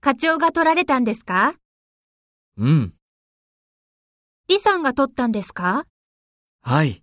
課長が取られたんですかうん、李さんが取ったんですかはい。